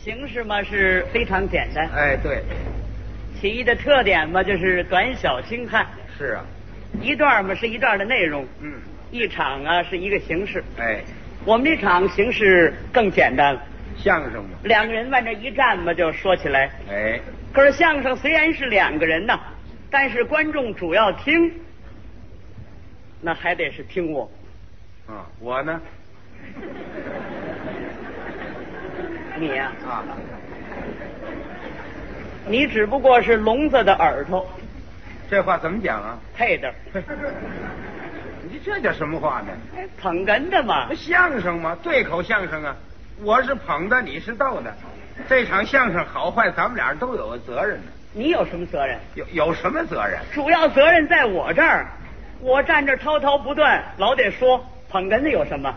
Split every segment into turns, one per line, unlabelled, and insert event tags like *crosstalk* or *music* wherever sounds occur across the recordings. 形式嘛是非常简单，
哎，对，
起义的特点嘛就是短小精悍，
是啊，
一段嘛是一段的内容，
嗯，
一场啊是一个形式。
哎，
我们这场形式更简单了，
相声嘛，
两个人往这一站嘛就说起来。
哎，
可是相声虽然是两个人呐，但是观众主要听，那还得是听我。
啊，我呢，
你呀、
啊，
你只不过是聋子的耳朵
这话怎么讲啊？ *laughs*
配的，
嘿你这叫什么话呢？
哎捧哏的嘛
不。相声吗？对口相声啊，我是捧的，你是逗的。这场相声好坏，咱们俩人都有责任呢。
你有什么责任？
有有什么责任？
主要责任在我这儿，我站这儿滔滔不断，老得说捧哏的有什么？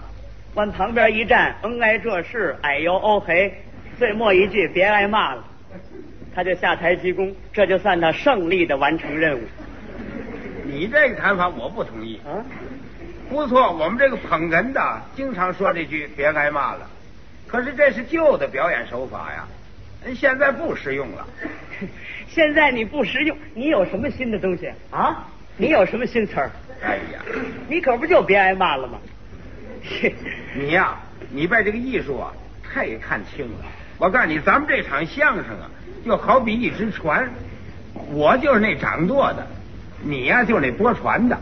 往旁边一站，嗯哎这是，哎呦哦嘿，最末一句别挨骂了，他就下台鞠躬，这就算他胜利的完成任务。
你这个谈法我不同意。
啊， *laughs*
不错，我们这个捧哏的经常说这句“别挨骂了”，可是这是旧的表演手法呀，现在不实用了。
现在你不实用，你有什么新的东西啊？你有什么新词儿？
哎呀，
你可不就别挨骂了吗？ *laughs*
你呀、你把这个艺术啊太看清了。我告诉你，咱们这场相声啊，就好比一只船，我就是那掌舵的，你呀、就是那拨船的。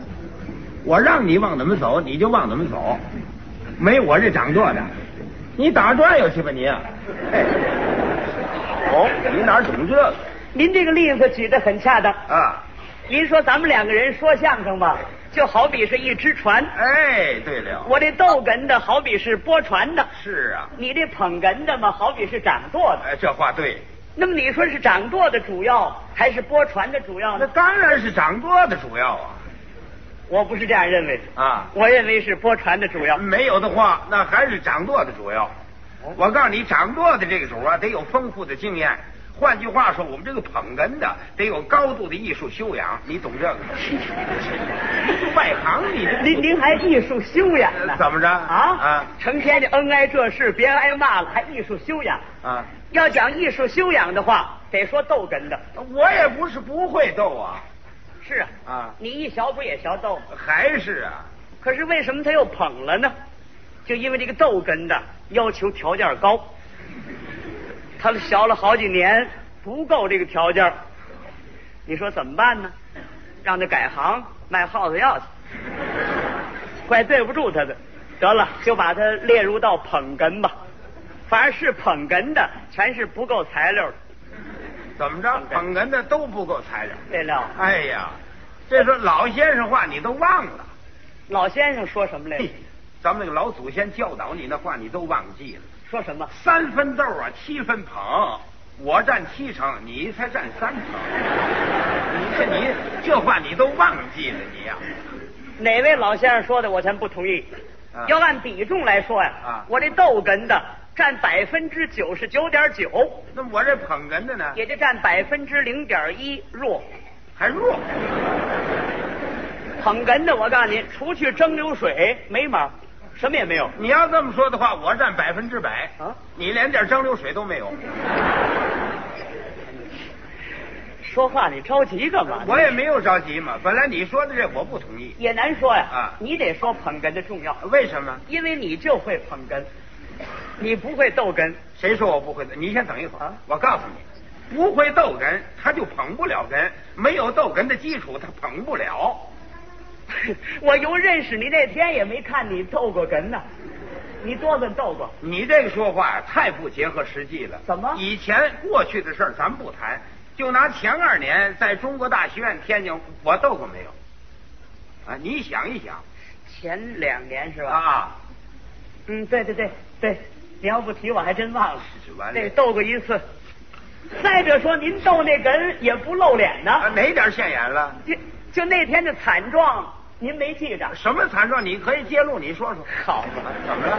我让你往怎么走，你就往怎么走，没我这掌舵的，你打转悠去吧你、啊。哎，哦，你哪懂这个
您这个例子举得很恰当。
啊？
您说咱们两个人说相声吧，就好比是一只船，
哎，对了，
我这逗哏的好比是拨船的，
是啊，
你这捧哏的嘛好比是掌舵的。
哎，这话对，
那么你说是掌舵的主要还是拨船的主要
那
呢？
当然是掌舵的主要啊
我不是这样认为的，
啊。嗯
我认为是拨船的主要。
没有的话，那还是掌舵的主要。我告诉你，掌舵的这个主啊，得有丰富的经验。换句话说，我们这个捧哏的得有高度的艺术修养，你懂这个吗？ *laughs* 外行你这
您您还艺术修养呢
呃？怎么着
啊
啊
成天的恩爱这事，别挨骂了，还艺术修养。
啊，
要讲艺术修养的话，得说逗哏的。
我也不是不会逗啊，
是啊，
啊
你一学不也学逗吗？
还是啊，
可是为什么他又捧了呢？就因为这个逗哏的要求条件高，他学了好几年不够这个条件，你说怎么办呢？让他改行卖耗子药去，怪对不住他的。得了，就把他列入到捧哏吧。凡是捧哏的，全是不够材料的。
怎么着，捧哏的都不够材料。
对了，
哎呀，这说老先生话你都忘了，
老先生说什么来着
嘿？， *laughs* 咱们那个老祖先教导你那话你都忘记了。
说什么？
三分豆啊，七分捧，我占七成，你才占三成。你这你这话你都忘记了你啊呀、
哪位老先生说的，我全不同意。
啊
要按比重来说呀，
啊
我这逗哏的占百分之九十九点九，
那我这捧哏的呢，
也就占百分之零点一弱。
还弱。
捧哏的，我告诉您，除去蒸馏水没毛，什么也没有。
你要这么说的话，我占百分之百
啊
你连点蒸馏水都没有，
说话你着急干嘛？
我也没有着急嘛。本来你说的这我不同意，
也难说呀。
啊
你得说捧哏的重要，
为什么？
因为你就会捧哏，你不会逗哏。 *laughs*
谁说我不会的？你先等一会儿
啊，
我告诉你，不会逗哏，他就捧不了哏；没有逗哏的基础，他捧不了。
我由认识你那天也没看你逗过哏呢，你多么逗过。
你这个说话太不结合实际了。
怎么
以前过去的事儿咱不谈，就拿前二年在中国大学院天津，我斗过没有？啊，你想一想
前两年是吧？
啊，
嗯，对对对对，你要不提我还真忘了
是完了。
对，斗过一次。再者说，您斗那哏也不露脸呢。
啊哪点现眼了？
就就那天的惨状，您没记着？
什么惨状？你可以揭露，你说说。
好
啊
嘛，
怎么了？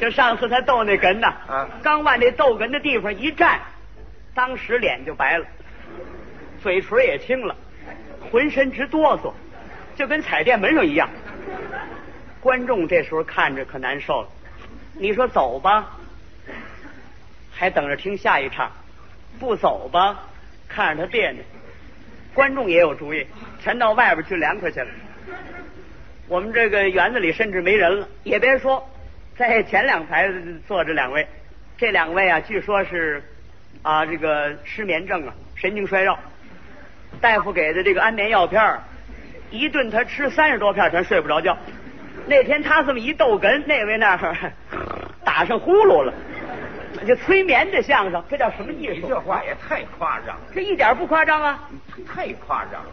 就上次他斗那哏呢，
啊
刚往那斗哏的地方一站，当时脸就白了，嘴唇也青了，浑身直哆嗦，就跟踩电门上一样。观众这时候看着可难受了，你说走吧，还等着听下一场，不走吧，看着他别扭。观众也有主意，全到外边去凉快去了。我们这个园子里甚至没人了，也别说，在前两排坐着两位，这两位啊，据说是啊这个失眠症啊，神经衰弱，大夫给的这个安眠药片儿一顿他吃三十多片儿，全睡不着觉。那天他这么一逗哏，那位那儿 *laughs* 打上呼噜了，就催眠这相声，这叫什么艺
你
术？
这话也太夸张了，
这一点不夸张啊，
你太夸张了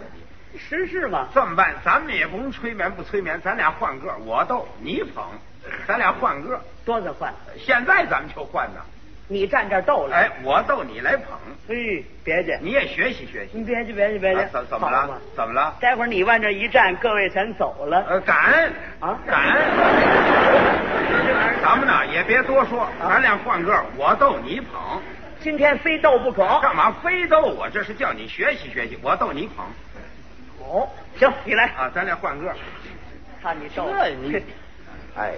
你。
实事嘛。
这么办，咱们也不用催眠不催眠，咱俩换个，我逗你捧，咱俩换个。
多少换？
现在咱们就换呢，
你站这儿逗来。
哎，我逗你来捧，
嘿，别介，
你也学习学习。
你别介，别介，别介
啊。怎怎么
好嘛
了？怎么了？
待会儿你往这一站，各位全走了。
呃，感恩
啊
感恩。 *laughs* 这玩意儿咱们呢也别多说，咱俩换个，我逗你捧。
今天非逗不可。
干嘛非逗我？这是叫你学习学习，我逗你 *laughs* 捧
哦，行，你来，
啊！咱俩换个。
看你逗。
这你， *laughs* 哎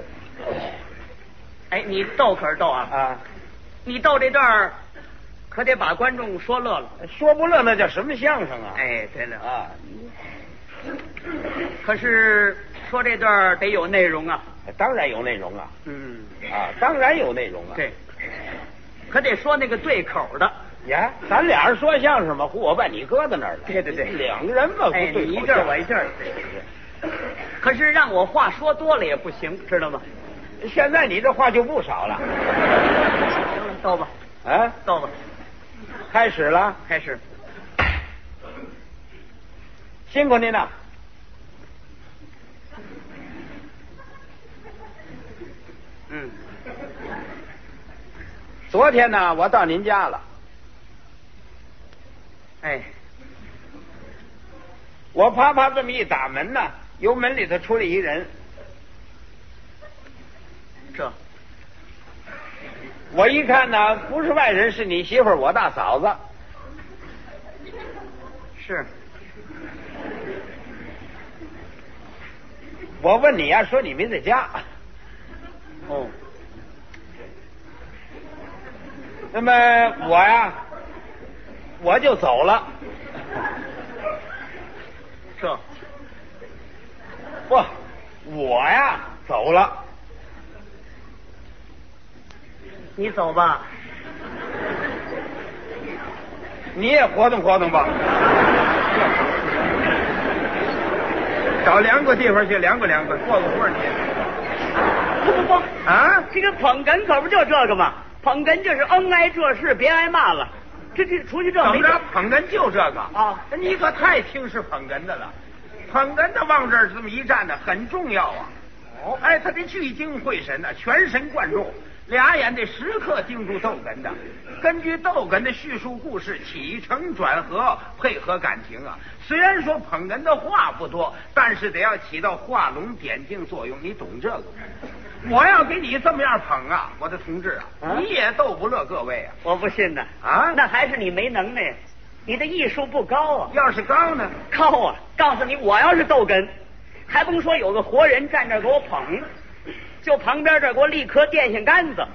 哎，你逗可是逗啊！
啊，
你逗这段儿，可得把观众说乐了。
说不乐那叫什么相声啊？
哎，对了，
啊，
*laughs* 可是说这段儿得有内容啊。
当然有内容啊
嗯，
啊，当然有内容啊。
对，可得说那个对口的。
呀，咱俩人说相声嘛，呼我把你搁在那儿了。
对对对
两个人嘛，
哎，
不对
你一
口
阵儿
径
我一阵儿。可是让我话说多了也不行，知道吗？
现在你这话就不少了
行了，逗吧，
啊！
逗吧，
开始了，
开始。
辛苦您了。
嗯，
昨天呢，我到您家了，
哎，
我啪啪这么一打门呢，由门里头出来一人，
这
我一看呢，不是外人，是你媳妇儿，我大嫂子。
是
我问你呀、说你没在家，
哦，
那么我呀、我就走了。
这
不，我呀走了，
你走吧，
你也活动活动吧。找凉快地方去凉快凉快，过个会儿去
不不不，
啊！
这个捧哏可不就这个吗？捧哏就是恩挨这事，别挨骂了。这这出去这
怎
没
么着，捧哏就这个
啊
你可太轻视捧哏的了，捧哏的往这儿这么一站呢，很重要啊。哦，哎，他得聚精会神呐、全神贯注，俩眼得时刻盯住逗哏的，根据逗哏的叙述故事起承转合，配合感情啊。虽然说捧哏的话不多，但是得要起到画龙点睛作用，你懂这个吗？我要给你这么样捧啊，我的同志啊，
啊
你也逗不乐各位啊。
我不信呐
啊
那还是你没能耐，你的艺术不高啊。
要是刚呢？
高啊！告诉你，我要是逗哏，还甭说有个活人站这儿给我捧，就旁边这儿给我立颗电线杆子，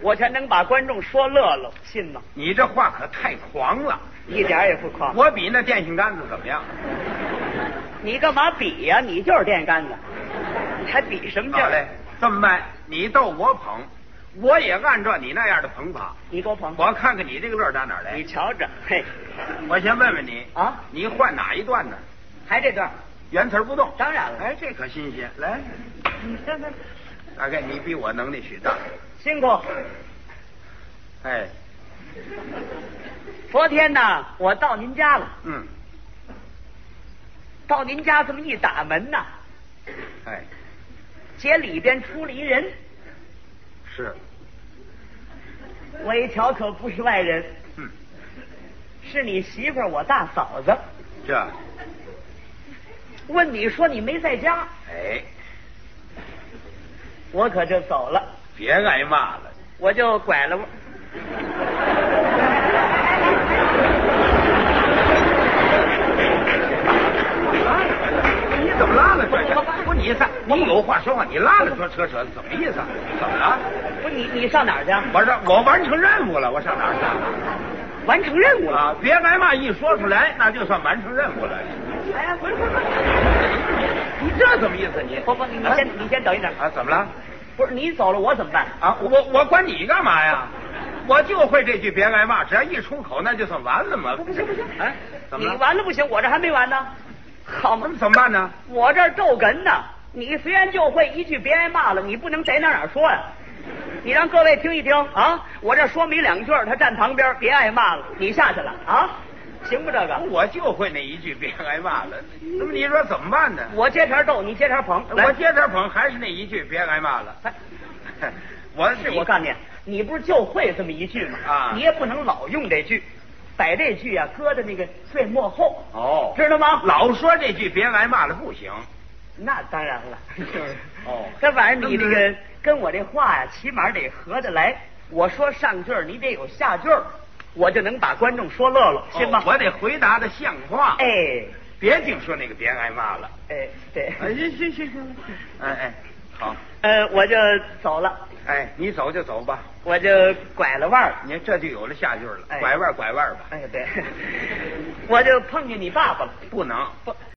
我全能把观众说乐了，信吗？
你这话可太狂了！
一点儿也不夸。
我比那电线杆子怎么样？
你干嘛比呀、你就是电线杆子，你还比什么劲
好
儿？
嘞，这么办，你逗我捧，我也按照你那样的捧法。
你给我捧，
我看看你这个乐打哪儿来
你。瞧着，嘿，
我先问问你
啊
你换哪一段呢？
还这段儿，
原词儿不动。
当然了嗯
哎，这可新鲜。来，大概你比我能力许大。
辛苦。
哎，
昨天呢，我到您家了，
嗯，
到您家这么一打门呐，
哎，
姐里边出了一人，
是，
我一瞧可不是外人。
嗯，
是你媳妇儿，我大嫂子。
这，
问你说你没在家，
哎，
我可就走了，
别挨骂了。
我就拐了弯。
你怎么拉了这？
不不不，
你上，你有话说话，你拉拉扯扯扯，怎么意思啊？怎么了？
不，你你上哪儿去啊？
我上，我完成任务了，我上哪儿去？
完成任务了。
啊，别挨骂，一说出来那就算完成任务了。
哎呀，不是不是不是，
你这什么意思？你
不不，你你先你先等一等。
啊？怎么了？
不是你走了，我怎么办？
啊，我我管你干嘛呀？我就会这句别挨骂，只要一出口那就算完了嘛。
不行不行，
哎，怎么
你
了？
完了不行，我这还没完呢。好嘛
那，怎么办呢？
我这儿逗哏呢。你虽然就会一句别挨骂了，你不能逮哪儿哪儿说呀、你让各位听一听啊，我这说没两句儿，他站旁边，别挨骂了，你下去了啊，行不这个？
我就会那一句别挨骂了。那么你说怎么办呢？
我接茬逗，你接茬捧，来
我接着捧，还是那一句别挨骂
*laughs*
了。
哎
我
是我告诉你，你不是就会这么一句吗？
啊
你也不能老用这句，把这句啊搁在那个最幕后，
哦，
知道吗？
老说这句别挨骂了不行。
那当然了，
哦
*laughs* 这玩意儿你这
那
个
么
跟我这话呀，起码得合得来。我说上句儿，你得有下句儿，我就能把观众说乐了，信吗
哦？我得回答的像话。，
哎
别净说那个别挨骂了。
哎，对，
哎，行行行行，哎哎，好，
呃，我就走了，
哎，你走就走吧。
我就拐了弯儿。
你看这就有了下句了，
哎 *laughs*
拐弯儿拐弯儿吧，
哎，对，我就碰见你爸爸了，
不能。
不。